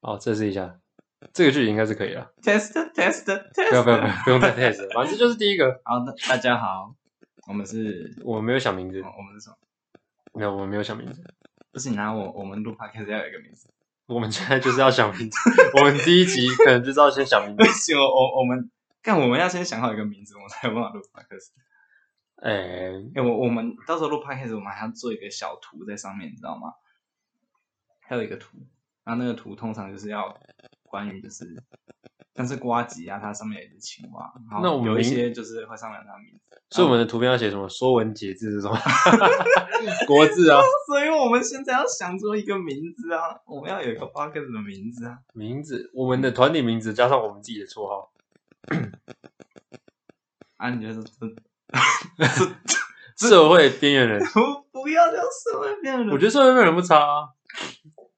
哦，测试一下，这个句应该是可以了。 test test 不要 test。不要不要，不用再 test，了反正就是第一个。好的，大家好，我们是，我没有想名字，我们是什么？没有，我没有想名字。不是你拿我，我们录 podcast 要有一个名字。 我们现在就是要想名字， 我们第一集可能就是要先想名不字。行，我我我们干，我们要先想好一个名字，我们才有办法录 podcast。哎、哎、我我们到时候录 podcast，我们还要做一个小图在上面，你知道吗？还有一个图，然后那个图通常就是要关于就是，但是瓜吉啊，它上面有一只青蛙，然那我后们有一明些就是会上面有它的名字，所以我们的图片要写什么？说文解字这种 国字啊，所以我们现在要想出一个名字啊，我们要有一个 podcast 的名字啊。名字，我们的团体名字加上我们自己的绰号，啊，你觉得这社会边缘人。不不要这样社会变人？我觉得社会边缘人不差啊，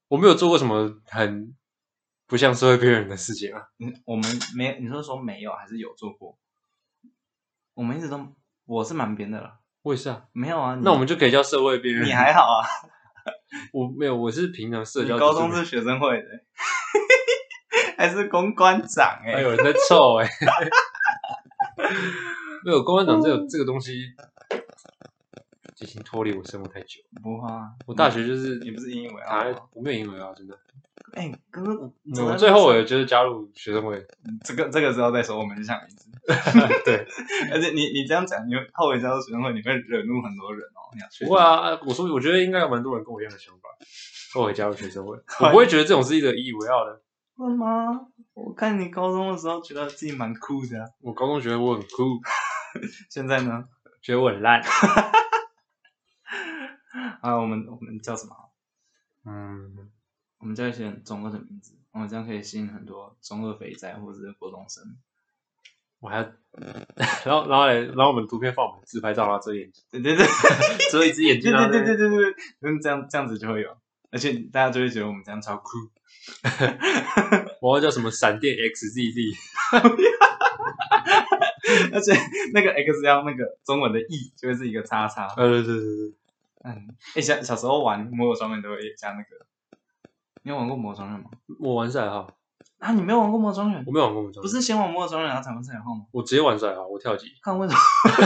我没有做过什么很不像社会边缘人的事情啊。嗯，我们没，你是说没有还是有做过？我们一直都，我是满编的了，我也是啊，没有啊。你那我们就可以叫社会边缘人。你还好啊，我没有，我是平常社你交。高中是学生会的， 还是公关长哎、还有人在臭哎、 没有，公安长这个这个东西已经脱离我生活太久了。不会啊，我大学就是你不是英文打啊？我没有英文啊，真的。哎、可是我没有我最后我也就是加入学生会， 这个这个时候再说，我们就想名字。对，而且你你这样讲，你会后悔加入学生会，你会惹怒很多人哦。你要去不会啊，我说我觉得应该有蛮多人跟我一样的想法，后悔加入学生 会，我不会觉得这种是一个引以为傲的。会吗？我看你高中的时候觉得自己蛮酷的啊、我高中觉得我很酷，现在呢？觉得我很烂，啊，我们我们叫什么？嗯，我们叫一些很中二的名字，我们这样可以吸引很多中二肥仔或者是国中生。我还要， 然后然后嘞，然后我们图片放我们自拍照，然后遮眼睛，对对 对，遮一只眼睛，对对对对对对，那这样这样子就会有，而且大家就会觉得我们这样超酷。 对，我要叫什么闪电 XZZ，而且那个 X 要那个中文的 E 就会是一个叉叉。呃，对对对对，嗯，哎、小小时候玩魔偶双人都会加那个，你有玩过魔偶双人吗？我玩赛号，啊，你没有玩过魔偶双人我？没有玩过武装，不，是先玩魔偶双人，然后才玩赛尔号吗？我直接玩赛号，我跳级，看为什么？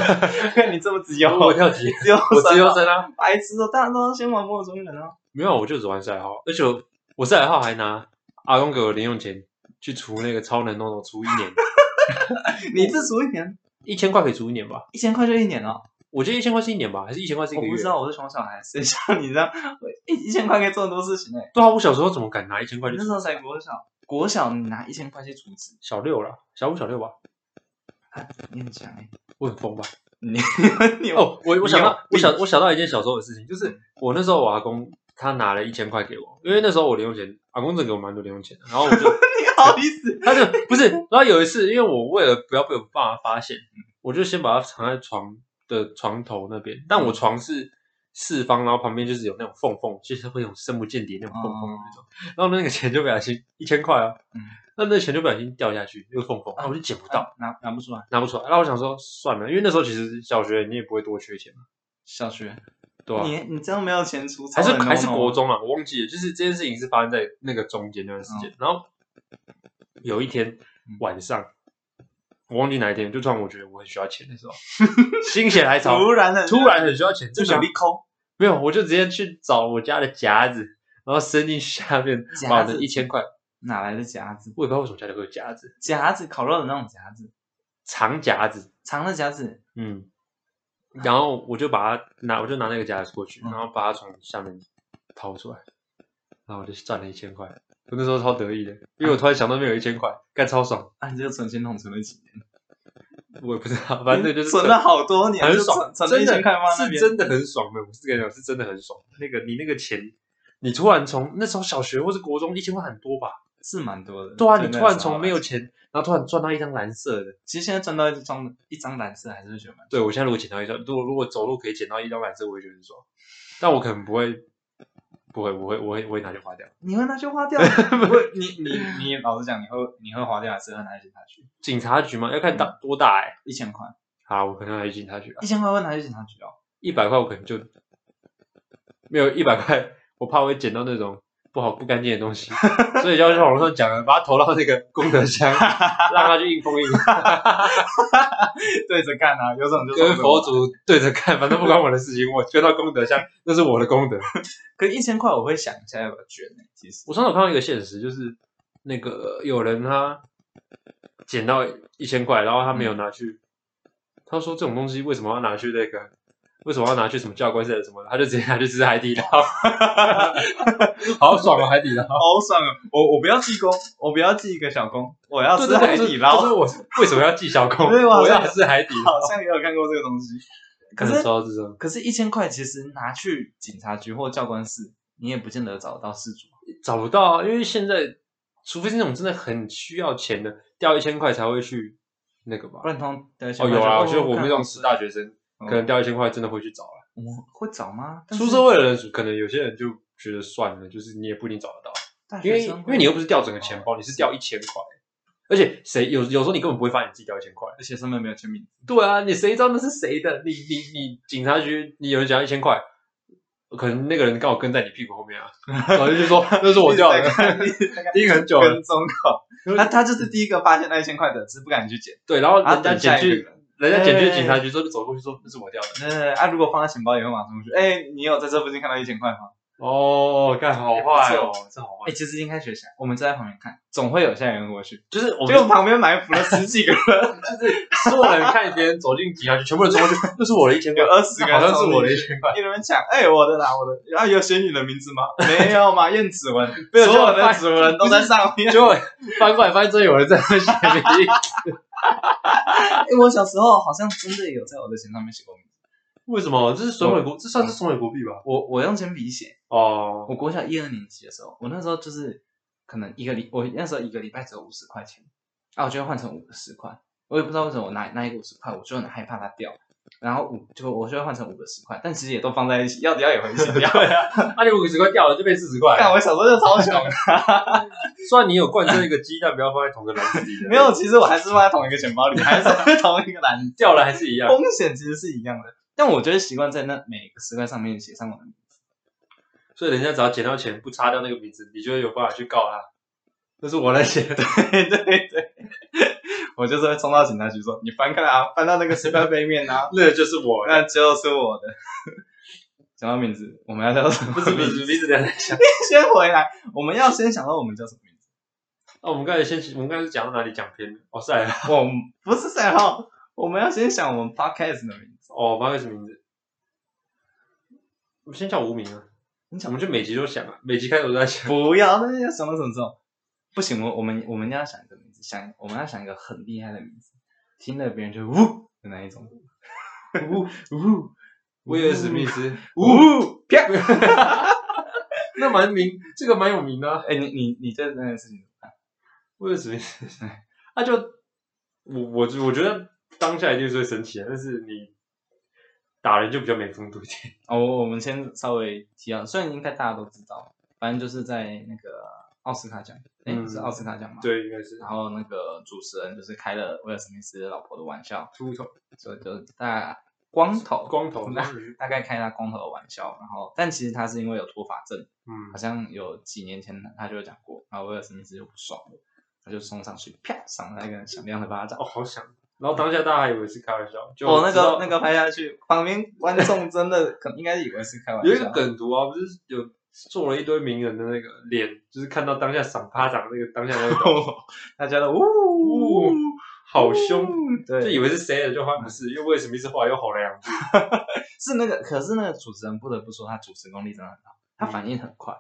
看你这么直接，我跳级 你只有我三只有号赛啊，白痴哦，大家都要先玩魔偶双人啊。没有，我就只玩赛号，而且我我赛号还拿阿公给我的零用钱去除那个超能弄弄，除一年。你这数一年，一千块可以租一年吧？一千块就一年哦。我觉得一千块是一年吧，还是一千块是一我个月？不知。道，我是穷小孩，谁 像你这样一一千块可以做很多事情呢、对啊，我小时候怎么敢拿一千块你去那租？时候才国小，国小你拿一千块去储值，小六啦，小五小六吧，你很强哎、我很疯吧？你 你有哦，我我想到，你我有想我想到一件小时候的事情，就是我那时候我阿公他拿了一千块给我，因为那时候我零用钱，阿公真的给我蛮多零用钱的，然后我就你好意思？ 他就不是，然后有一次，因为我为了不要被我爸妈发现，我就先把它藏在床的床头那边。但我嗯床是四方，然后旁边就是有那种缝缝，就是会有深不见底那种缝缝的那种。然后那个钱就不小心一千块啊，哦嗯那那个钱就不小心掉下去那个缝缝，啊然后我就捡不到，拿拿不出来，拿不出来。然后我想说算了，因为那时候其实小学你也不会多缺钱嘛，小学，对吧、啊你你这样没有钱出，还是超人还是哦 no-no 国，中啊，我忘记了。就是这件事情是发生在那个中间那段时间，嗯然后有一天晚上，我忘记哪一天，就突然我觉得我很需要钱的 时候，心血来潮，突然很突然很需要钱，就就想想力抠，没有，我就直接去找我家的夹子，然后伸进下面夹子把我的一千块，哪来的夹子？我也不知道为什么家里会有夹子，夹子烤肉的那种夹子，长夹子，长的夹子，嗯。然后我就把它拿，我就拿那个夹子过去，嗯然后把它从下面掏出来，然后我就赚了一千块。我那时候超得意的，因为我突然想到那边有一千块，干超爽。啊，你这个存钱筒存了几年？我也不知道，反正就是存了好多年，很就爽，存存了一千真的块放在那是边，真的很爽的。我是跟你讲，是真的很爽。那个你那个钱，你突然从那时候小学或是国中一千块很多吧？是蛮多的。对啊，你真的突然是蛮从没多有的，钱，然后突然赚到一张蓝色的。其实现在赚到一张一张蓝色，还是会觉得蛮。对我现在如果捡到一张，如果如果走路可以捡到一张蓝色，我也觉得很爽。但我可能不会，不会，我会，我会，我会拿去花掉。你会拿去花掉？啊 不会，你你你老实讲，你会你会花掉还是会拿去警察局？警察局嘛，要看大多大哎、一千块，好，我可能拿去警察局啊一。千块会拿去警察局哦。一百块我可能就没有一百块，我怕我会捡到那种不好不干净的东 西，所以就像网络上讲的，把它投到那个功德 箱，让它去硬碰硬， 对着干啊，有种就跟送着佛我。祖对着看，反正不关我的事情，我捐到功德箱，那是我的功德。可是一千块我会想一下要不要捐呢、其实我上次有看到一个现实，就是那个有人他捡到一千块，然后他没有嗯拿去，他说这种东西为什么要拿去那个？为什么要拿去什么教官社什么的？他就直接拿去吃海 底捞，好哦爽啊！海底捞，好爽啊！我我不要济公，我不要济一个小公，我要 对吃对对海底就是捞。就是我为什么要记小空？ 对我好我像要吃海底捞。好像也有看过这个东西，可那是时候是这样可是，一千块其实拿去警察局或教官室，你也不见得找得到事主。找不到啊，因为现在除非是那种真的很需要钱的，掉一千块才会去那个吧不。然通常哦，有啊，啊，我觉得我们这种师死大学生，嗯可能掉一千块真的会去找了。我会找吗？但出是社会的人可能有些人就觉得算了，就是你也不一定找得到，大因学为生因会哦为你又不是掉整个钱包，你是掉一千块，而且谁有有时候你根本不会发现你自己掉一千块。而且身份没有签名，对啊，你谁知道那是谁的？你你你，警察局你有人讲一千块，可能那个人刚好跟在你屁股后面啊，然后就 说那是我掉的，盯很久了跟。踪狂，啊他他就是第一个发现那一千块的，只是不敢去捡。对，然后啊人家等下检一个去，人家检去警察局之后就走过去说那是我掉的。呃，啊，如果放在钱包也会马上过去。哎，你有在这附近看到一千块吗？哦，干好坏哦不，这好坏哎，。其实应该学起来，我们就在旁边看，总会有下人过去。就是我结果们旁边埋伏了十几个人，所有人看别人走进警察局，全部人走过去，那是我的一千块 有，二十个人好像是我的一一千块。一人抢，哎，我的啦，我的，啊，有写你的名 字吗？没有嘛，验指纹， 没有，所所有有的发指纹都在上面。结果翻过来发现真的有人在那写名， 哎，我小时候好像真的有在我的钱上面写过名字， 为什么？这是损毁国，这算是损毁国币吧？我我用铅笔写。 哦，我国小一二年级的时候，我那时候就是可能一个礼，我那时候一个礼拜只有五十块钱，啊，我就会换成五十块，我也不知道为什么我拿那一个五十块，我就很害怕它掉，然后五就我就会换成五个十块，但其实也都放在一起，要掉也会一起 掉。啊那你五十块掉了就变四十块了。但我小时候就超穷的，虽然你有灌这一个鸡蛋，不要放在同个篮子里 的，没有，其实我还是放在同一个钱包里，还是放在同一个篮子，掉了还是一样。风险其实是一样的。但我就会习惯在那每个十块上面写上我的名字，所以人家只要捡到钱不擦掉那个名字，你就会有办法去告他。那是我来写的， 对对对，我就是会冲到警察局说：“你翻开啊，翻到那个十块背面啊。”那就是我的，那就是我的。 讲到名字，我们要叫什么不是不名字？是，名字等一下再想。先回来，我们要先想到我们叫什么名字。那哦我们刚才先，我们刚才是讲到哪里讲偏了？哦，塞了，我们不是赛后，我们要先想我们 podcast 的 名字。哦，我忘了什么名字。我们先叫无名啊，你我想们就每集都想啊，每集开头都在想。不要？那要想到什么时候？不行，我我们我们要想一个名字，想我们要想一个很厉害的名字，听了别人就呜的那一种。呜呜，威尔史密斯，呜啪！ 那蛮名，这个蛮有名的啊、哎、你你你对这件事情怎么看？威尔史密斯，他哎啊就我我我觉得当下一定是会生气的，但是你打人就比较没风度一 点。哦，我我们先稍微提到，虽然应该大家都知道，反正就是在那个奥斯卡奖，哎、嗯是奥斯卡奖嘛。。对，应该是然后那个主持人就是开了威尔史密斯老婆的玩笑，秃头就就大光头，光头，嗯那大概开他光头的玩笑，然后但其实他是因为有脱发症，嗯好，像有几年前他就有讲过，然后威尔史密斯就不爽了，他就冲上去啪赏他一个响亮的巴掌。哦，好想。然后当下大家还以为是开玩笑，就哦，那知道个那个拍下去，旁边观众真的可能应该以为是开玩笑。有一个梗图啊，不是有做了一堆名人的那个脸，就是看到当下赏巴掌那个当下那个 表情， 大家都呜，好凶，呜，就以对，为是谁了，就发现不是，因为为什么一次后来又吼了两句？是那个，可是那个主持人不得不说，他主持功力真的很好，他反应很快，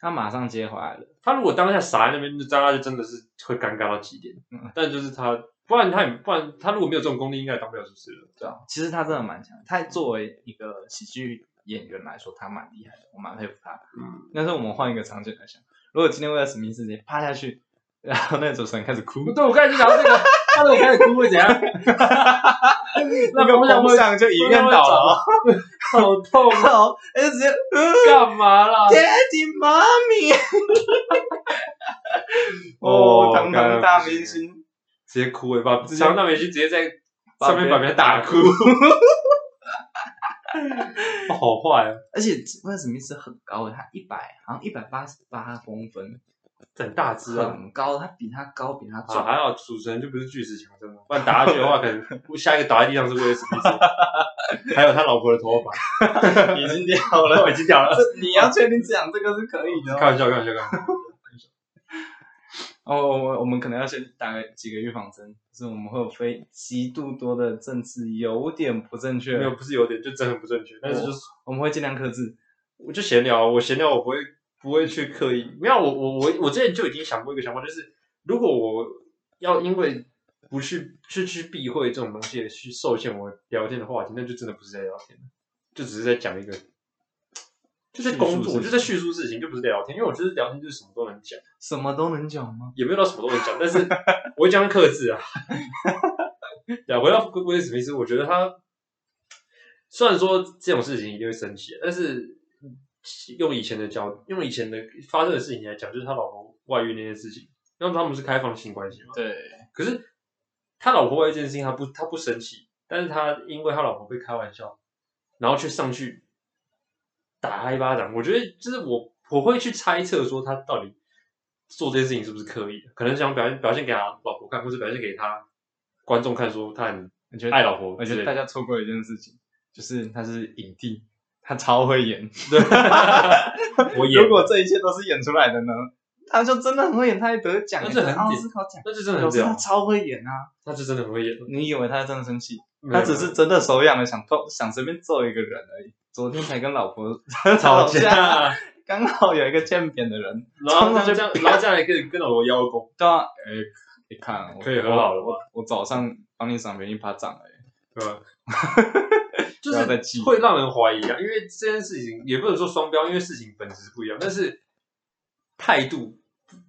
他马上接回来了。他如果当下傻在那边，就大家就真的是会尴尬到极点嗯。但就是他，不然他也不然他如果没有这种功力，应该也当不了主持人。对啊，其实他真的蛮强，他作为一个喜剧演员来说，他蛮厉害的，我蛮佩服他。嗯，但是我们换一个场景来想，如果今天威尔史密斯直接趴下去， 然后那个主持人开始哭不，对，我刚才就想到这个，他如果开始哭会怎样？ 那那个风向风会向就一面 倒了，好痛， 啊然后他就直接嗯干嘛啦？ Daddy 妈咪， 哦，堂堂大明星。直接哭哎，把直接长 大美星直接在上面把别人打哭，好坏哦，而且威尔史密斯很高，他一百好像一百八十八公分，很大只啊。很高，他比他高，比他啊，壮。还好主持人就不是巨石强森嘛，不然打下去的话，可能下一个打在地上是威尔史密 斯，还有他老婆的头发，已经掉了，我已经掉了。 这你要确定讲这个是可以的开哦。玩笑，开玩笑，开玩笑。 哦，我们我们可能要先打个几个预防针，就是我们会有非极度多的政治有点不正确，没有，不是有点，就真的很不正确，但是就是我们会尽量克制。我就闲聊，我闲聊我不会不会去刻意，没有我我我我之前就已经想过一个想法，就是如果我要因为不去去去避讳这种东西去受限我聊天的话题，那就真的不是在聊天，就只是在讲一个，就在工叙述事作，情我就在叙述事情，就不是在聊天，因为我就是聊天就是什么都能讲，什么都能讲吗？也没有到什么都能讲，但是 我会讲克制啊。对啊，回到归归什么意思？我觉得他虽然说这种事情一定会生气，但是用以前的角，用以前的发生的事情来讲，就是他老婆外遇那件事情，那他们是开放性关系嘛？对，可是他老婆外遇这件事情，他不他不生气，但是他因为他老婆被开玩笑，然后去上去打他一巴掌，我觉得就是我我会去猜测说他到底做这件事情是不是刻意的，可能想表现表现给他老婆看，或者表现给他观众看，说他很我觉得爱老婆我之觉得类大的，家错过一件事情，就是他是影帝，他超会演。对， 我演如果这一切都是演出来的呢？他就真的很会演，他也得奖，欸那是很也得奥斯卡奖。那就真的 可很是屌他，超会演啊！他是真的很会演，你以为他真的生气？没他有只是真的手痒了，想碰，想随便揍一个人而已。昨天才跟老婆 吵架，架，刚好有一个欠扁的人，然后这就样，然后这样也可以跟老婆邀功，对啊，哎、你看，我可以和好了吧我我我早上帮你赏别人一巴掌而已。对 吧？就不要再记是会让人怀疑啊，因为这件事情也不能说双标，因为事情本质不一样，但是态度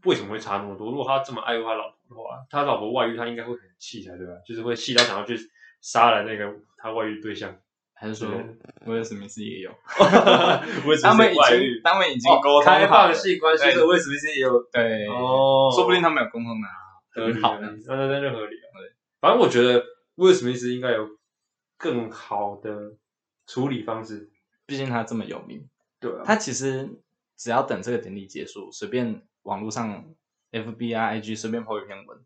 为什么会差那么多？如果他这么爱护他老婆的话，他老婆外遇，他应该会很气才对吧？啊就是会气到想要去杀了那个他外遇对象。还是说对威尔史密斯也有？ 为什嗯他么们是已外经遇？他们已经沟哦，通好开了放性关系对的为什么是也有对，哦说不定他们有共同的啊合理很好合的理，那那那就合理了。啊反正我觉得威尔史密斯应该有更好的处理方式。毕竟他这么有名，对啊，他其实只要等这个典礼结束，随便网络上 FB 啊 IG 随便 po 一篇文，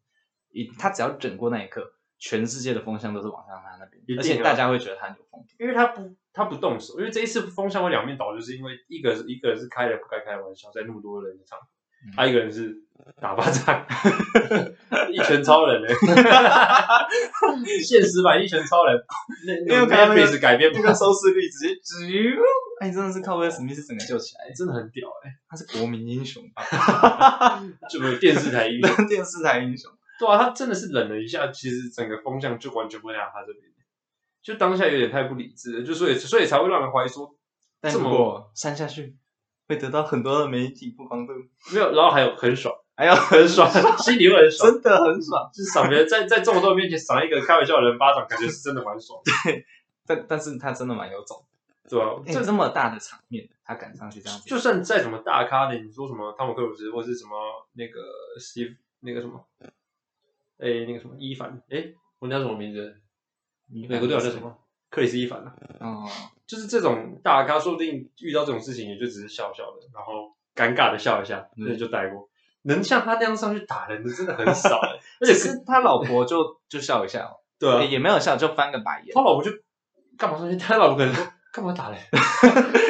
一他只要整过那一刻，全世界的风向都是往上他那边一定，啊而且大家会觉得他很有风度。因为他不他不动手，因为这一次风向会两面倒，就是因为一个是一个是开了不该开的玩笑，在那么多人的场合，嗯还、有一个人是打巴 掌，一拳超人嘞、 现实版一拳超人， 那没有那看到那个 Netflix 改编那版个收视率直接直，哎，真的是靠威尔史密斯整个救起来，真的很屌哎、他是国民英雄 吧，就没有电视台音乐，电视台英雄。 对啊，他真的是冷了一下，其实整个风向就完全不在他这边，就当下有点太不理智了，就所以所以才会让人怀疑说但这如么果删下去，会得到很多的媒体曝光度，没有，然后还有很爽，还 有很爽，心里会很爽，哎真的很爽。就是赏别人在在这么多人面前赏一个开玩笑的人巴掌，感觉是真的蛮爽，但但是他真的蛮有种， 对吧、这这这么大的场面，他敢上去这样子，就算再怎么大咖的，你说什么汤姆克鲁斯或是什么那个 Steve 那个什么，哎、那个什么伊凡，哎、我叫什么名字？你美国队长叫什？么？克里斯伊凡啊，哦，就是这种大咖，说不定遇到这种事情也就只是笑笑的，然后尴尬的笑一下，嗯那、就带过。能像他那样上去打人的真的很 少、欸而其且是实他老婆就就笑一笑，对啊，也没有笑，就翻个白眼他。老婆就干嘛上去？他老婆可能说 干嘛 打人？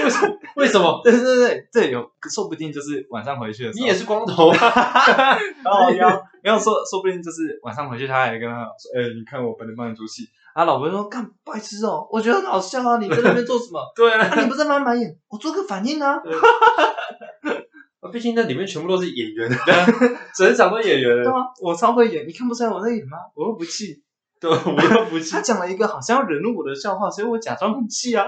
为什么？为什么？ 对对对，这有说不定就是 晚上回去的时你候，也是光头啊？哦，要没有说，说不定就是晚上回去，他还跟他说：“哎、你看我本能帮你出气。”他老婆说：“干白痴哦，我觉得很好笑啊，你在那边做什么？ 对啊，啊、你不是翻白眼，我做个反应啊。啊毕竟那里面全部都是演员，啊整场都演”员对，啊，我超会演，你看不出来我在演吗？我又不气，对，啊我又不信 他。讲了一个好像要惹怒我的笑话，所以我假装很气啊。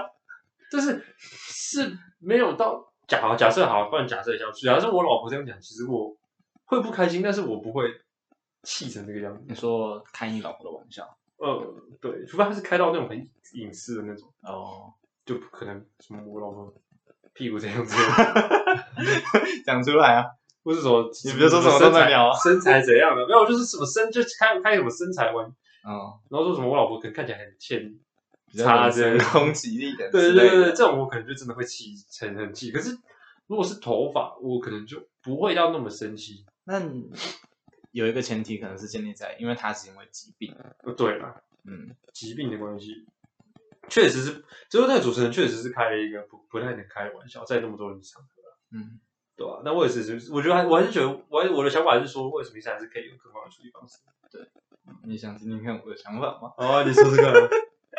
但是是没有到假好假设好，不然假设一下，假设我老婆这样讲，其实我会不开心，但是我不会气成这个样子。你说开你老婆的玩笑呃，对，除非他是开到那种很隐私的那种，哦，就不可能什么我老婆屁股这样子，讲出来啊，或是什么，你不是说什么都能聊啊身材身材怎样的？没有，就是什么身，就是开开什么身材玩，哦，然后说什么我老婆可能看起来很欠比较差有这样人 身攻击力的对之对类对，的。这种我可能就真的会气，很很气。可是如果是头发，我可能就不会到那么生气。那你有一个前提可能是建立在，因为他是因为疾病，呃对了，嗯，疾病的关系，确实是，就是那个主持人确实是开了一个不不太能开的玩笑，在那么多人场合，嗯，对吧、那我也是，我觉得还我还是觉得，我还我的想法是说，为什么比赛还是可以有更好的处理方式？你想听听看我的想法吗？哦，你说这啊 个，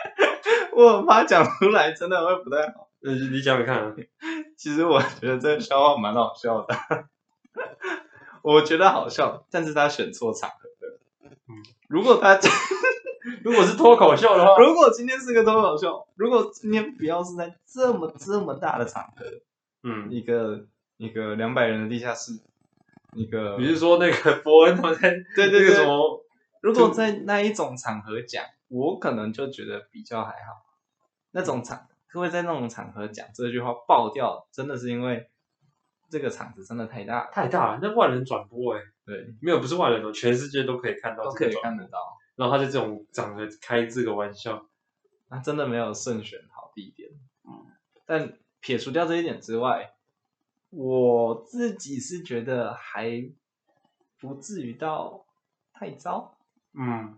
我很怕讲出来真的会不太好。呃，你讲讲看啊，其实我觉得这个笑话蛮好笑的，我觉得好笑，但是他选错场合了。嗯，如果他 如果是脱口秀的话，如果今天是个脱口秀，如果今天不要是在这么这么大的场合，嗯，一个一个两百人的地下室，一个你是说那个 伯恩他们在对对那个对什么？如果在那一种场合讲，我可能就觉得比较还好。那种场会在那种场合讲这句话爆掉，真的是因为这个场子真的太大了，太大了，那万人转播哎、对，没有不是万人哦，全世界都可以看到都哦这个可以转播看得到。然后他就这种长得开这个玩笑，那真的没有慎选好地点。嗯但撇除掉这一点之外，我自己是觉得还不至于到太糟，嗯，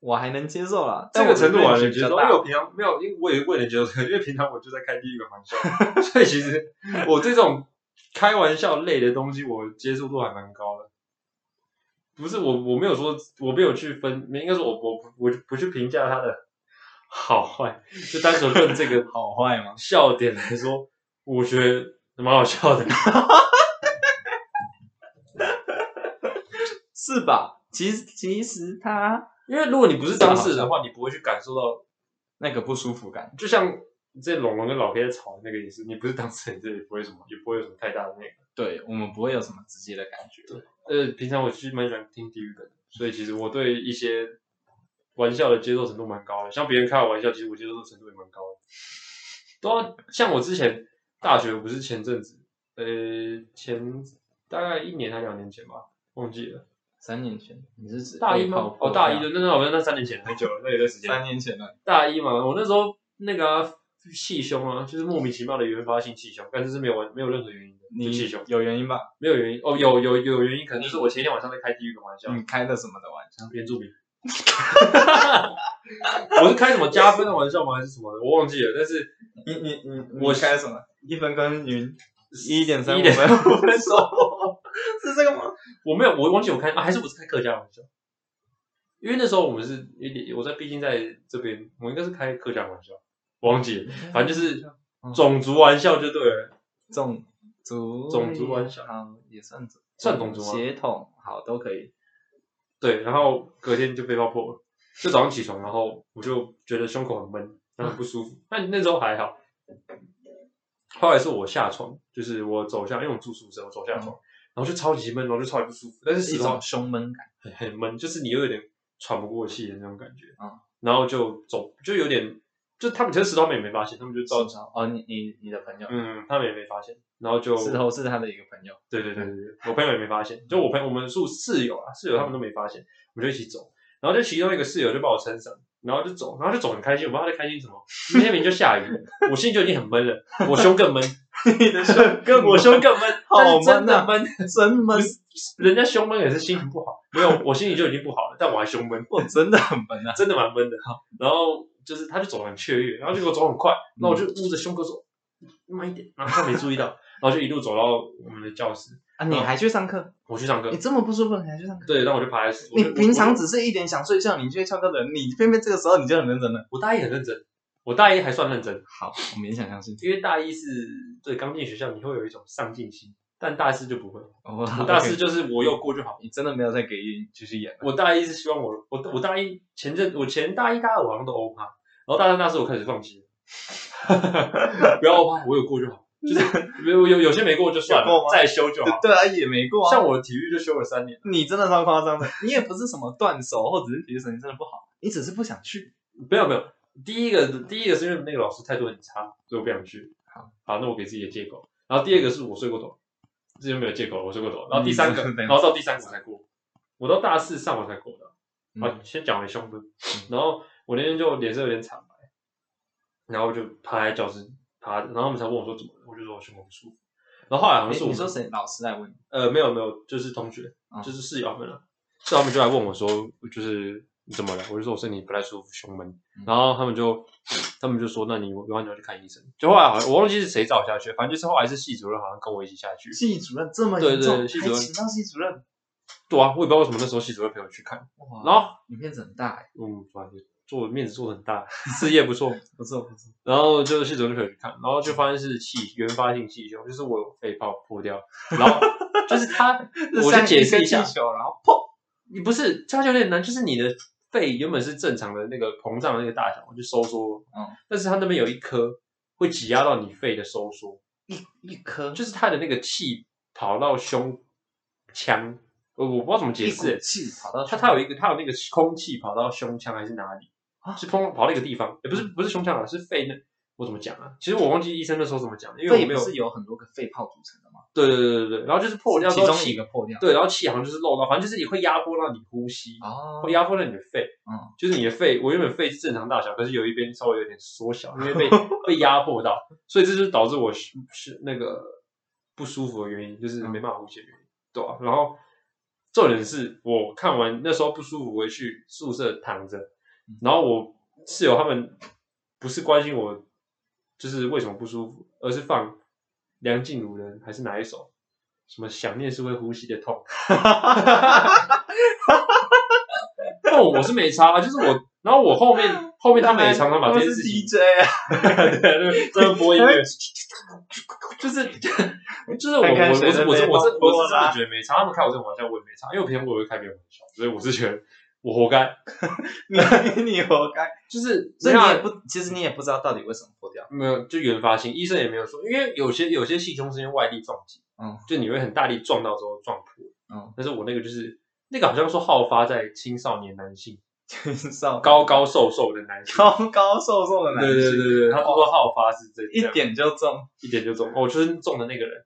我还能接受啦。这个程度啊我还能能接受，因为我平常没有，因为我也我也能接受这 个，因为平常我就在开第一个玩 笑，所以其实我这种开玩笑类的东西，我接受度还蛮高的。不是我我没有说我没有去分，应该说我我不我不去评价他的好坏，就单纯论这个好坏吗？笑点来说，我觉得蛮好笑的。是吧？其实其实他因为如果你不是当事人的话，你不会去感受到那个不舒服感，就像这龙龙跟老 K 在吵的那个也是，你不是当事人，这也不会什么，也不会有什么太大的那个。对我们不会有什么直接的感觉。呃，平常我其实蛮喜欢听地狱梗的，所以其实我对一些玩笑的接受程度蛮高的，像别人开我玩笑，其实我接受程度也蛮高的。对啊，像我之前大学不是前阵子，呃，前大概一年还两年前吧，忘记了。三年前你是指大一被吗炮？哦，破大一掉的，那那好像那三年前很久了，那有段时间。三年前了，大一嘛，我那时候那个啊气、胸啊，就是莫名其妙的原发性气胸，但是是没有完没有任何原因的，就你气胸有原因吧？没有原因哦，有有有原因，可能就是我前一天晚上在开地狱的玩笑，你开的什么的玩笑？原住民，我是开什么加分的玩笑吗？还是什么的？我忘记了，但是你你你我我开什么？一分耕耘一点1.35五 分分熟，是这个吗？我没有，我忘记我开啊，还是我是开客家玩笑，因为那时候我们是有点我在毕竟在这边，我应该是开客家玩笑，我忘记了，反正就是种族玩笑就对了。种族种族玩笑好也算种算种族吗血统好都可以。对，然后隔天就被爆破了，就早上起床，然后我就觉得胸口很闷，然后很不舒服。但那时候还好。后来是我下床，就是我走下，因为我住宿舍，我走下床，然后就超级闷，然后就超级不舒服，但是一始终种胸闷感，很很闷，就是你又有点喘不过气的那种感觉。嗯然后就走，就有点，就他们其实石头妹也没发现，他们就照，是哦，你你你的朋友，嗯，他们也没发现，然后就石头嗯是他的一个朋 友，对对对对，对，我朋友也没发现，就我朋友我们宿室友啊，室友他们都没发现，我们就一起走，然后就其中一个室友就把我撑伞，然后就走，然后就走很开心，我不知道他在开心什么，因为那边就下雨，我心里就已经很闷了，我胸更闷，你的 胸我胸更闷， 但好是真闷的啊闷，真闷，人家胸闷也是心情不好，没有，我心里就已经不好了，但我还胸 闷， 我真的很笨啊！ 真的蛮闷的。然后就是他就走得很雀跃，然后就给我走很快，那我就捂着胸口走，慢一点，嗯 然后他没注意到，然后就一路走到我们的教室，啊，你还去上课？我去上课你。这么不舒服，你还去上课？对，那我就爬在我你就平我常就只是一点想睡觉，你就会翘课的人，你偏偏这个时候你就很认真了。我大一很认真，我大一还算认真，好，我勉强 相信。因为大一是对刚进学校，你会有一种上进心，但大四就不会。 我我大四就是我有过就好。你真的没有再给你继续演了。我大一是希望我我我大一前阵我前大一大二我好像都欧趴，然后大三大四我开始放弃了， 不要欧趴，我有过就好，就是有有有些没过就算有过了，吗再修就好。对啊，也没过啊。像我体育就修了三年，你真的超夸张的，你也不是什么断手或者是体育神经真的不好，你只是不想去。没有没有，第一个第一个是因为那个老师态度很差，所以我不想去。好，好，那我给自己的借口。然后第二个是我睡过头，之前没有借口，我睡过头。然后第三个，嗯然后到第三个我才过，我到嗯哦大四上我才过的。啊，先讲回胸部，然后我那天就脸色有点惨白，然后我就趴在教室趴着，然后他们才问我说怎么了，我就说我胸口不舒服。然后后来好像诶是我们你说谁？老师来问你？呃，没有没有，就是同学，嗯就是室友们了。室友们就来问我说，就是你怎么了？我就说我身体不太舒服，胸闷。嗯然后他们就他们就说，那你有没有你要去看医生。就后来好像我忘记是谁找我下去，反正就是后来是系主任好像跟我一起下去。系主任这么对严对重，对系还主任请到系主任，对啊，我也不知道为什么那时候系主任陪我去看。哇，然后你面子很大哎，嗯，反正做面子做得很大，事业不错。不错不错，然后就是系主任陪我去看，然后就发现是气原发性气胸，就是我有肺泡破掉，然 后就是他， 我先像解释个一下，气球，然后砰，你不是它有点难，就是你的肺原本是正常的那个膨胀的那个大小，就收缩，嗯，但是它那边有一颗会挤压到你肺的收缩，一颗就是它的那个气跑到胸腔，我我不知道怎么解一股释，欸气跑到它胸它有一个它有那个空气跑到胸腔还是哪里，啊嗯是空跑到一个地方，也不是不是胸腔啊，是肺那。我怎么讲啊？其实我忘记医生那时候怎么讲，因为我肺没不有是有很多个肺泡组成的吗？对对对对对，然后就是破掉之其后中气一个破掉，对，然后气好像就是漏到，反正就是也会压迫到你呼吸，哦会，压迫到你的肺，嗯，就是你的肺，我原本肺是正常大小，可是有一边稍微有点缩小，因为 被被压迫到，所以这就是导致我是是那个不舒服的原因，就是没办法呼吸的原因，对啊？然后重点是我看完那时候不舒服，回去宿舍躺着，然后我室友他们不是关心我就是为什么不舒服，而是放梁静茹的还是哪一首什么想念是会呼吸的痛。哦，我是没差，就是我，然后我后面后面他们也常常把这件事情， DJ 啊， 对对，真的播音乐，就是 就是我我看看我是谁我是我是的眉毛我是多真啦的觉得没差，他们开我这种玩笑我也没差，因为我平常我也会开别人玩笑，所以我是觉得我活该，你你活该，就是所以没你有也不，其实你也不知道到底为什么破掉， 没有就原发性，医生也没有说，因为有些有些细胸是因为外力撞击，嗯就你会很大力撞到之后撞破，嗯，但是我那个就是那个好像说好发在青少年男性，少高高瘦瘦的男性。高高瘦瘦的男对对性对对，他说好发是这一点就中， 一点就中，哦，我就是中的那个人，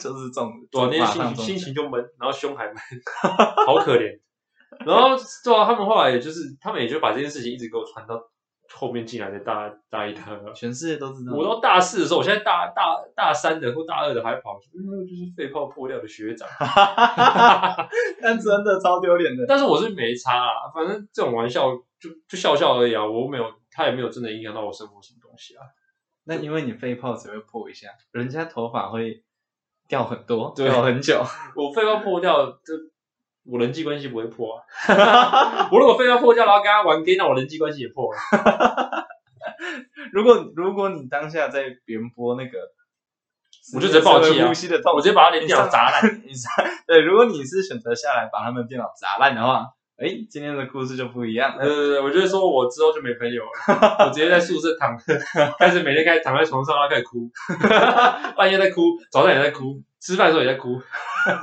就是中，对啊，那天马心上情中心情就闷，然后胸还 闷，好可怜。然后对啊，他们后来也就是，他们也就把这件事情一直给我传到后面进来的大大一、大二。全世界都知道。我到大四的时候，我现在大大大三的或大二的还跑去，嗯，那个就是肺泡破掉的学 长。 但真的超 丢脸的。但是我是没差啊，反正这种玩笑就就笑笑而已啊，我没有，他也没有真的影响到我生活什么东西啊。那因为你肺泡只会破一下，人家头发会掉很多，对掉很久。我肺泡破掉，这我人际关系不会破 啊。我如果肺泡破掉，然后跟他玩 gay，那我人际关系也破了。如果如果你当下在别人播那个，我就直接暴气啊是会呼吸的痛，我直接把他连电脑砸烂。 烂。你砸对，如果你是选择下来把他们电脑砸烂的话，哎，今天的故事就不一样了。 对对对，我就说我之后就没朋友了，我直接在宿舍躺着，开始每天开始躺在床上，然后开始哭， 半夜在哭，早上也在哭，吃饭的时候也在哭，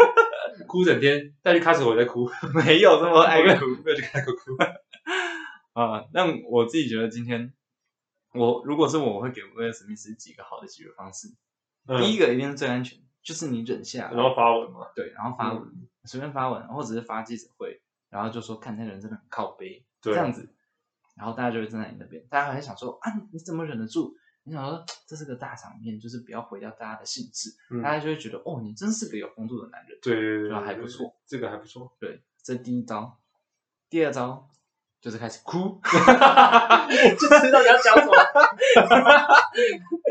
哭整天，再去卡死我也在哭， 没有这么爱哭。没有去开口哭。 啊，但我自己觉得今天，我如果是我，我会给威尔史密斯几个好的解决方式。第嗯，一个一定是最安全，就是你忍下然来，后发文嘛，对，然后发嗯文，随便发文，或者是发记者会，然后就说看那人真的很靠背，对这样子，然后大家就会站在你那边，大家还想说啊，你怎么忍得住？你想说这是个大场面，就是不要毁掉大家的兴致，嗯大家就会觉得哦，你真是个有风度的男人。对对对，那还不错，这个还不 错。对，这第一招，第二招就是开始哭， 就知道你要讲什么。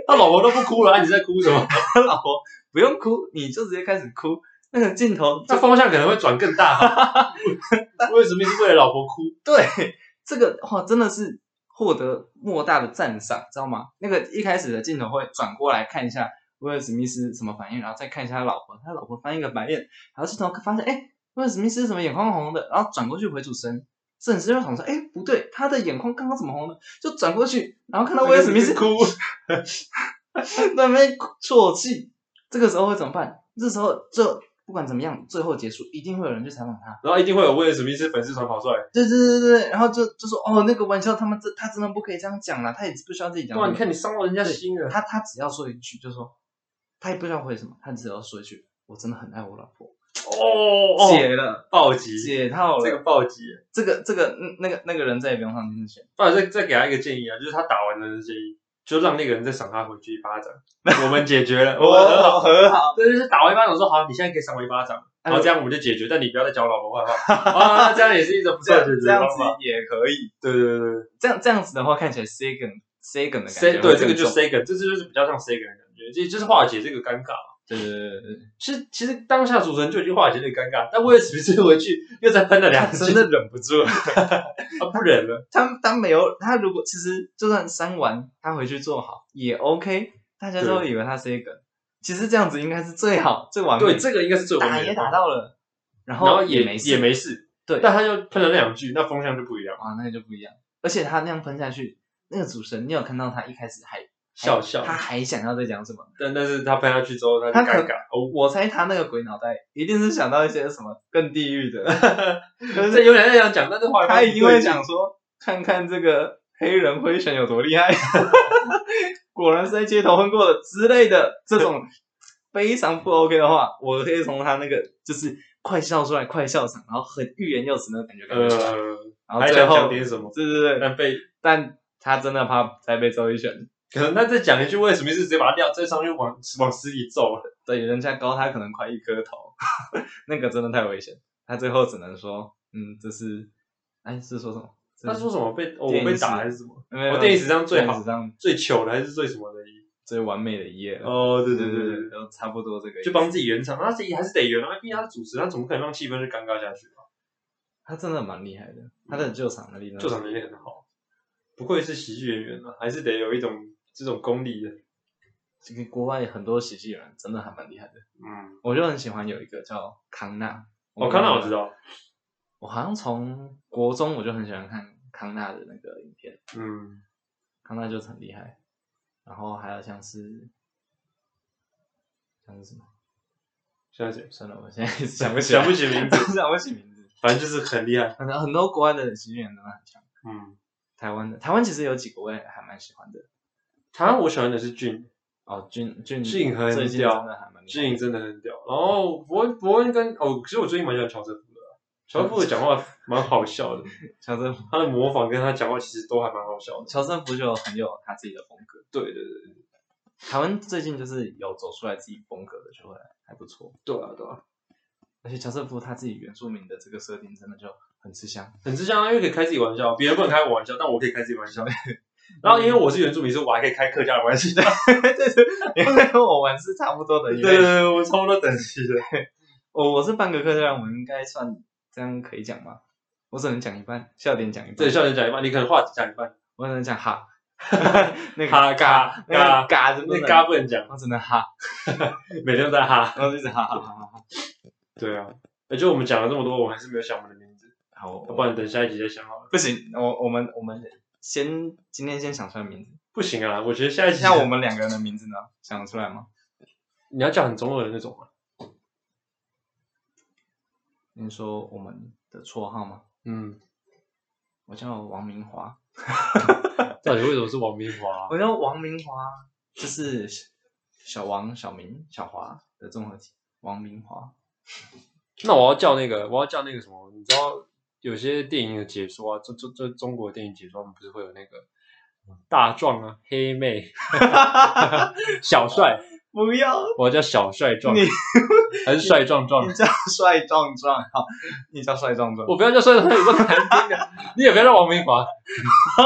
他老婆都不哭了，你在哭什么？ 他老婆不用哭，你就直接开始哭。那个镜头那就方向可能会转更大。 为什么是为了老婆哭？ 对这个哇，真的是获得莫大的赞赏，知道吗？那个一开始的镜头会转过来看一下威尔史密斯什么反应，然后再看一下他老婆，他老婆翻一个白眼，然后镜头发现哎，威尔史密斯怎么眼眶红红的，然后转过去回主持人。摄影师就想说：“哎，不对，他的眼眶刚刚怎么红了？”就转过去，然后看到威尔史密斯哭？ 在那边啜泣，这个时候会怎么办？这时候这不管怎么样，最后结束一定会有人去采访他，然后一定会有威尔史密斯粉丝团跑出来，对对对对对，然后就就说哦，那个玩笑他们这他真的不可以这样讲啦，他也不需要自己讲。哇，你看你伤到人家心了。他他只要说一句，就说他也不需要回什么，他只要说一句，我真的很爱我老婆，哦解了，暴击，解套了。这个暴击。这个这个嗯那个那个人再也不用上电视圈，不然再再给他一个建议啊，就是他打完的建议，就让那个人再赏他回去一巴掌。我们解决了，我们哦很我好。很好，对，就是打完一巴掌说好，你现在可以赏我一巴掌，然后这样我们就解决，但你不要再讲我老婆坏话。啊，这样也是一种不这错样的解决这样方子法。也可以。对对对对这样这样子的话，看起来 Sagan Sagan 的感觉，C 会对这个更就重 C 梗，这就是比较像 C 梗的感觉，这就是化解这个尴尬。对对对对对，其实其实当下主持人就已经化解那个尴尬，但为了此次回去又再喷了两次，真的忍不住了。啊不忍了。他他没有他如果其实就算删完，他回去做好也 OK，大家对都会以为他 Sagan，其实这样子应该是最好最完美。对，这个应该是最完打美也的打方法，到了，然然后后也没事也没事，对，但他又喷了两句，那风向就不一样，哇，那个就不一样。而且他那样喷下去，那个主持人，你有看到他一开始还笑笑他。还想要再讲什么？但但是他喷下去之后，他就他可尴尬哦。我猜他那个鬼脑袋一定是想到一些什么更地狱的， 可这是有点想讲，但是后来他发现一定会对劲 讲说，看看这个黑人灰尘有多厉害， 果然是在街头混过的之类的这种非常不 OK 的话，我可以从他那个就是快笑出来、快笑场，然后很欲言又止那种感觉感觉出来，呃，然后还最想后讲点嗯什么，对对对，但被但他真的怕再被周一选，可能那再讲一句为什么是直接把他撂，在上面往往死里揍了。对，人家高他可能快一颗头， 那个真的太危险。他最后只能说，嗯，这是，哎，是说什么？他说什么被哦我电影被史打还是什么？没有，没有我电影史上最电影好史、上最糗的还是最什么的？最完美的一页了。哦，对对对对对对对，。然后差不多这个意思。就帮自己圆场，他自己还是得圆啊，毕竟他是主持人，他怎么可能让气氛是尴尬下去啊？他真的蛮厉害的，他的救场能力真的救是，场能力很好，不愧是喜剧演员啊，还是得有一种这种功力的。这个国外很多喜剧人真的还蛮厉害的。嗯，我就很喜欢有一个叫康纳，哦，康纳我知，道，我好像从国中我就很喜欢看康纳的那个影片。嗯，康纳就是很厉害。然后还有像是像是什么？现在谁？算了，我现在一直想不起来想不起名字， 想不起名字。反正就是很厉害。很多很多国外的喜剧演员真的很强，嗯，台湾的台湾其实有几个我也还蛮喜欢的。台湾我喜欢的是俊，哦，俊俊俊很最近屌真的还蛮厉害的俊真的很屌。然后伯恩伯恩跟哦，其实我最近蛮喜欢乔瑟夫的啊，乔瑟夫的讲话蛮好笑的，乔瑟夫，他的模仿跟他讲话其实都还蛮好笑的。乔瑟夫就很有他自己的风格。对对对台湾最近就是有走出来自己风格的，就会还不错。对啊对啊，而且乔瑟夫他自己原住民的这个设定真的就很吃香。 很吃香啊，因为可以开自己玩笑，别人不能开我玩笑，但我可以开自己玩 笑。然后因为我是原住民，所以我还可以开客家的玩笑。对对，因为我们是差不多的， 对哦对对，我差不多等级的。我我是半个客家人，我应该算这样可以讲吗？我只能讲一半，笑点讲一半。对，，笑人讲一半，你可能话讲一半，我只能讲 哈，那个哈嘎那个嘎，嘎真那的嘎，不能讲，我只能哈，每天都在哈。然后就一直哈哈哈哈哈。对啊，而且我们讲了这么多，我还是没有想我们的名字，好，我不然等下一集再想好了。不行，我我们我们先今天先想出来名字，不行啊，我觉得下一集像我们两个人的名字呢，想得出来吗？你要叫很中二的那种啊嘛。您说我们的绰号吗？嗯，我叫王明华， 到底为什么是王明华啊？我叫王明华，就是小小王、小明、小华的综合体，王明华。那我要叫那个，我要叫那个什么，你知道有些电影的解说啊，这这这中国电影解说，他们不是会有那个大壮啊、黑 妹、小帅，不要我要叫小帅壮你，还是帅壮壮你？叫帅壮壮，好，你叫帅壮壮。 我不要叫帅壮壮，有个难听 的，你也不要叫王明华，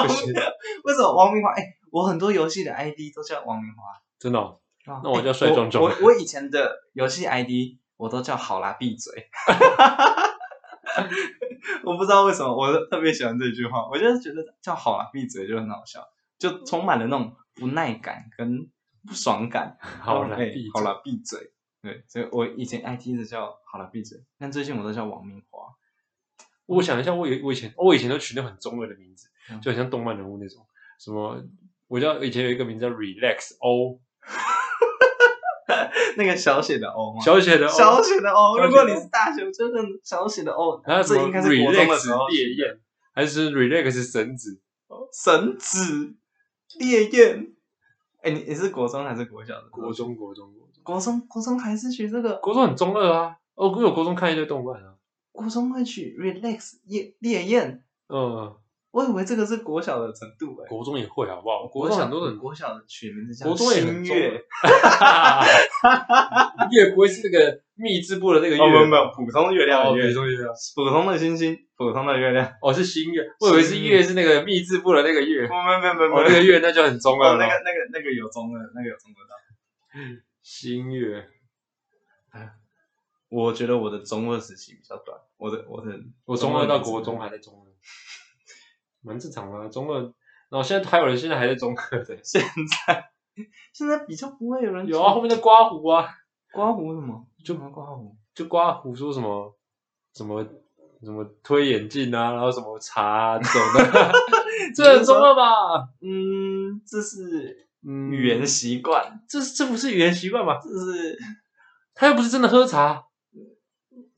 不行，为什么王明华？哎、我很多游戏的 ID 都叫王明华。真的哦、啊那我哎叫帅壮壮我我我以前的游戏 ID 我都叫好啦，闭嘴。 我不知道为什么，我特别喜欢这句话。我就是觉得叫好啦，闭嘴就很好笑，就充满了那种不耐感跟不爽感。好了，哎闭好嘴，啦，闭嘴。对，所以我以前 ID 一直叫好啦，闭嘴，但最近我都叫王明华。 我想一下，我以我以前我以前都取那种很中二的名字，嗯就很像动漫人物那种，什么我叫以前有一个名字叫 Relax O，那个小写的 O 吗？小写的 O，小写的 O，小写的 O 如果你是大学，真的小写的 O，还有什这么应该是国中的时候 relax。烈焰，还是 relax 绳子？神子烈焰，哎，你你是国中还是国小的？国中国中国中国中国中还是学这个？国中很中二啊！哦，因为我国中看一堆动漫啊，国中会取 relax 烈烈焰，嗯，我以为这个是国小的程度哎、国中也会好不好？国中小很多人，国小的取名字叫国中也很新月， 月不会是那个密字部的那个月吧？哦，没有没有，普通月亮哦，的月普，通月亮，普通的星星，普通的月亮。哦是新月，我以为是新月是那个密字部的那个月，没哦有没有没有没有那个月那就很中哦二那了。个那个那个有中的，那个有中的到。新月，我觉得我的中二时期比较短，我的我的我中二到国中还在中二，蛮正常的啊、中二。然后现在还有人现在还在中二 的，现在现在比较不会有人有啊，后面的刮胡啊，刮胡什么？就么刮胡？就刮胡说什么什么什么推眼镜啊，然后什么茶啊这种 的，这很中二吧？嗯，这是嗯，语言习惯，这这不是语言习惯吗？这是他又不是真的喝茶，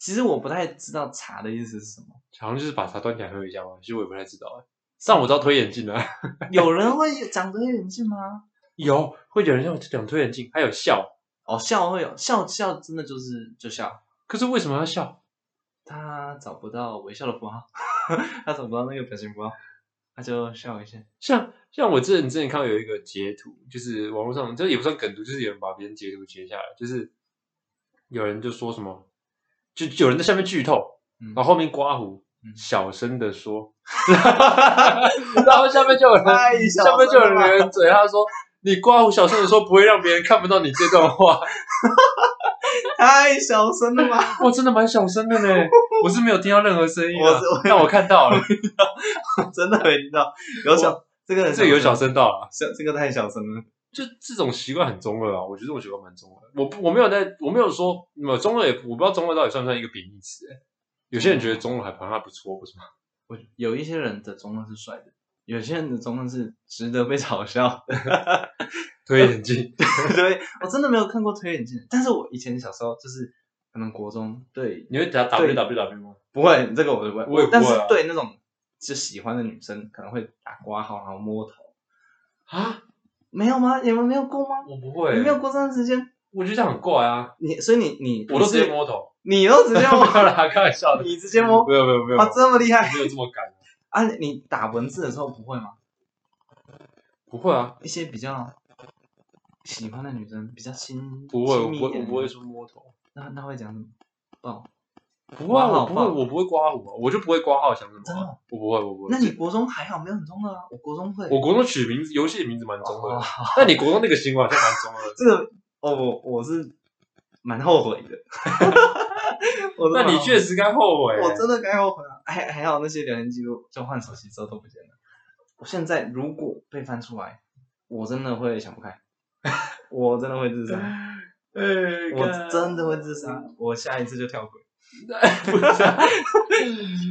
其实我不太知道茶的意思是什么。 好像就是把茶端起来喝一下嘛。其实我也不太知道哎、但我知道推眼镜啊， 有人会讲推眼镜吗？有会有人要讲推眼镜，还有笑，哦，笑会有笑笑，真的就是就笑。可是为什么要笑？他找不到微笑的符号， 他找不到那个表情符号，他就笑一下。像像我之前之前看到有一个截图，就是网络上这也不算梗图，就是有人把别人截图截下来，就是有人就说什么，就就有人在下面剧透，嗯然后后面刮胡，嗯小声的 说，然后下面就有人太小下声了面就有人留嘴，他说你刮胡小声的说不会让别人看不到你这段话，太小声了吧？ 哇，真的蛮小声的呢，我是没有听到任何声音我啊是我，但我看到了，真的没听到，有小这个很这个有小声声到了。小这个太小声了。就这种习惯很中二啊，我觉得这种习惯蛮中二。我不我没有在，我没有说，没有中二也，我不知道中二到底算不算一个贬义词、欸。有些人觉得中二还好像还不错，不是吗？我有一些人的中文是帅的，有些人的中文是值得被嘲笑的。推眼镜， 对，我真的没有看过推眼镜，但是我以前小时候就是可能国中对 你会打 W 对 W W 吗？不会这个我就不会，我也不会啊但是对那种就喜欢的女生可能会打刮号然后摸头，啊，没有吗？你们没有过吗？我不会、你没有过这段时间？我觉得这样很怪啊。你所以你你我都你直是接摸头，你都直接 摸，没有啦，开玩笑的。你直接摸没有没有没有，啊，这么厉害没有这么敢，啊！你打文字的时候不会吗？不会啊，一些比较喜欢的女生比较亲，不会，我亲密不一会，点我的不会说摸头，那那会讲什么？哦，不会啊，哇我不会，好棒我不会刮胡啊，我就不会刮号，想什真么的啊？我不会，我不会。那你国中还好没有很中二啊？我国中会，我国中取名字，游戏的名字蛮中二哦的，但你国中那个行为好像蛮中二的。这个哦，我我是蛮后悔 的。我 真那的你蛮后悔确实该后悔、我真的该后悔啊了。还还好那些聊天记录，就换手机之后都不见了。我现在如果被翻出来，我真的会想不 开，我真的会自杀，哎我真的会自杀，我下一次就跳轨，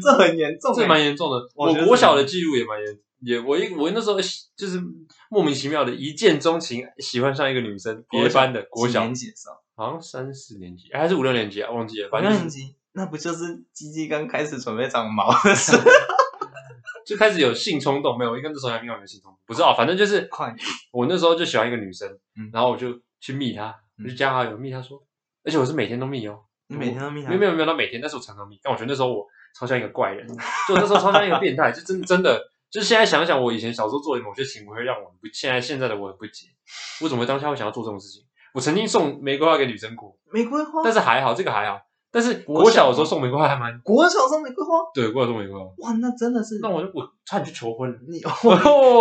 这很严重、 这欸。蛮严重的。我我觉得国是小的记录也蛮严，也我一我那时候就是莫名其妙的一见钟情，喜欢上一个女生，别班的国几小年，级的时候，好像三四年级哎还是五六年级啊，忘记了，五反六正年就是级，那不就是鸡鸡刚开始准备长毛的时候？就开始有性冲动，没有，应该那时候还没有性冲动，不知道，反正就是 快，我那时候就喜欢一个女生嗯，然后我就去密她，嗯我就加好友密她说，而且我是每天都密哦，你每天都密他没有没有没有到每天，但是我常常迷。但我觉得那时候我超像一个怪人，就我那时候超像一个变态，就真真的，就是现在想想，我以前小时候做的某些行为会让我很不，现在现在的我很不解，我怎么会当下会想要做这种事情？我曾经送玫瑰花给女生过，玫瑰花，但是还好，这个还好。但是国国小小的时候送玫瑰花还蛮国小送玫瑰花，对，国小送玫瑰花，哇，那真的是那我就我差点去求 婚了，你， 我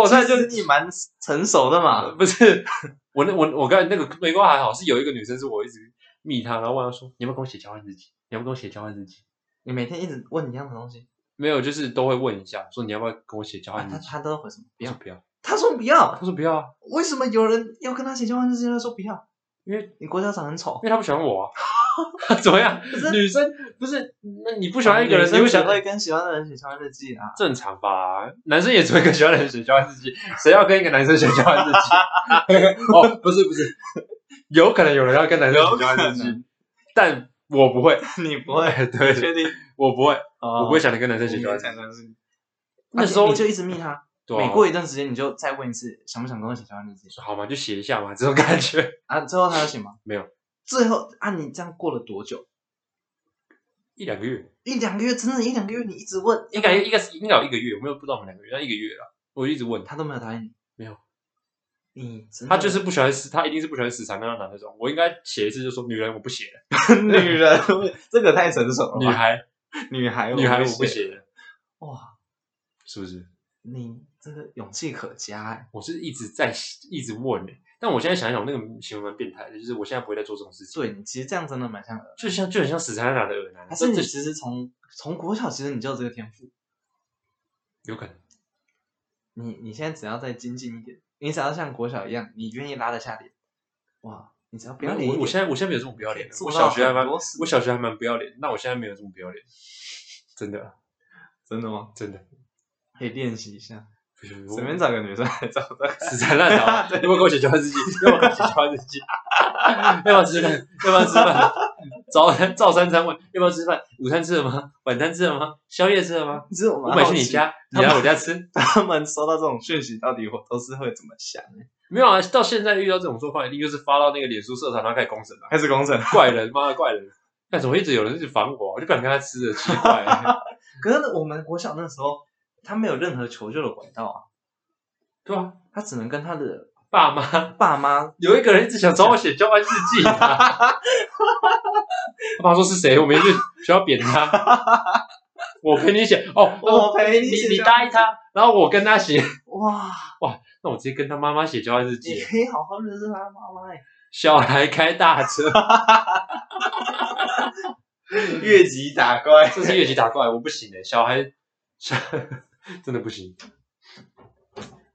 哦差那点就啊就是你蛮成熟的嘛。不是我那我我刚才那个玫瑰花还好，是有一个女生是我一直密她，然后问她说你要不要跟我写交换日记，你要不要跟我写交换日记？你每天一直问一样的东西，没有，就是都会问一下，说你要不要跟我写交啊换日他记？他都回什么？不我说要。不要，他说不要他，说不要啊，为什么有人要跟他写交换日记？他说不要，因为你国小长很丑因。为他不喜欢 我啊，怎么样是？女生不是，那你不喜欢一个人，你会女生想只会跟喜欢的人写交换日记啊？正常吧？男生也只会跟喜欢的人写交换日 记，谁要跟一个男生写交换日记？哦，不是不是，有可能有人要跟男生写交换日有可记能，但我不 会，你不会，对，确定？哦我不会，我我不会想着跟男生写交换日记。记。那时候你就一直密他，对啊每过一段时间你就再问一次，想不想跟我写交换日记？好嘛，就写一下嘛，这种感觉。啊，最后他有写吗？没有。最后啊，你这样过了多久？一两个月，一两个月，真的，一两个月你一直问，应该应该是应该有一个月，我没有不知道我们两个月，但一个月了，我就一直问他，他都没有答应你，没有，你真的他就是不喜欢死，他一定是不喜欢死缠烂打那种。我应该写一次就说女人我不写， 女人，这个太成熟了女吧，孩女孩，女孩哦我不不行，写，哇，是不是？你这个勇气可嘉哎，我是一直在一直问、欸，但我现在想一想，那个行为蛮变态的，就是我现在不会再做这种事情，对你其实这样真的蛮像的，就像就很像死缠烂打的耳男，还是你这其实从从国小其实你就有这个天赋，有可能。你你现在只要再精进一点，你只要像国小一样，你愿意拉得下脸，哇，你只要不要脸一我点，我现在我现在没有这么不要脸的，做我到小学还很蛮多事我小学还蛮不要脸，那我现在没有这么不要脸，真的啊真的吗？真的，可以练习一下，不行我随便找个女生来找的， 死缠烂打，啊要不要跟我写交换日记？要不要跟我写交换日记？要不要吃饭？要不要吃饭？早餐照三餐问要不要吃饭？午餐吃了吗？晚餐吃了吗？宵夜吃了吗？你知道我我蛮买好去你奇家，你他来们我家吃。他们收到这种讯息，到底我都是会怎么想？没有啊，到现在遇到这种状况，一定就是发到那个脸书社团，然后开始公审了。啊开始工程。 怪人，妈的怪人！但怎么一直有人一直烦我啊，我就不想跟他吃了，奇 怪、可是我们国小那时候，他没有任何求救的管道啊，对啊，他只能跟他的爸妈爸妈。有一个人一直想找我写交换日记、啊， 他爸说是谁，我们就学校扁 他。我陪你写哦，我陪你你写你交答应他，然后我跟他写，哇，那我直接跟他妈妈写交换日你记，可以好好认识他妈妈哎。小孩开大车， 越级打怪，这是越级打怪，我不行的、小孩小真的不行。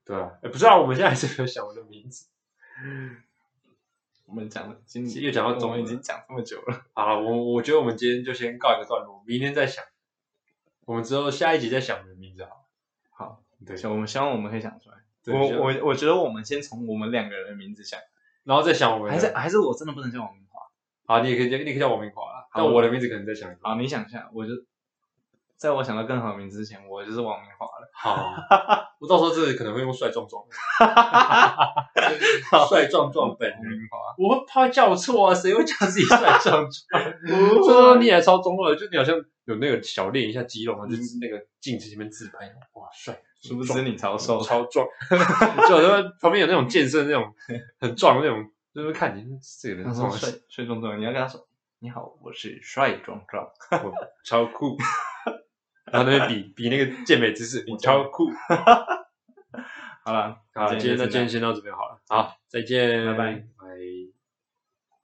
对啊，哎不知道我们现在还是没有想我的名字。我们讲了，今又讲到中我文们已经讲这么久了，好了，我我觉得我们今天就先告一个段落，明天再想，我们之后下一集再想我们的名字好了。好，对，我们希望我们可以想出来。对我就我我觉得我们先从我们两个人的名字想，然后再想我们的还是还是我真的不能叫王明华。好，你也可以叫你可以叫王明华啦，好但我的名字可能再想一个。好，你想一下，我就在我想到更好的名字之前，我就是王明华了。 好，我到时候真的可能会用帅壮壮， 帅壮壮本王人，明 华，我会怕叫我错啊，谁会叫自己帅壮壮？ 不这时候你还超中二，就你好像有那个小练一下肌肉啊，就是那个镜子前面自拍，哇帅，殊不知你超瘦，超 壮，就好像旁边有那种健身那种很壮的那种，就是看你这个人他超 说帅帅壮壮，你要跟他说你好，我是帅壮壮，超酷，然后那边比比那个健美姿势，你我超酷。好了，好，今今天天那就今天这先到这边好了，好，再见，样，拜拜。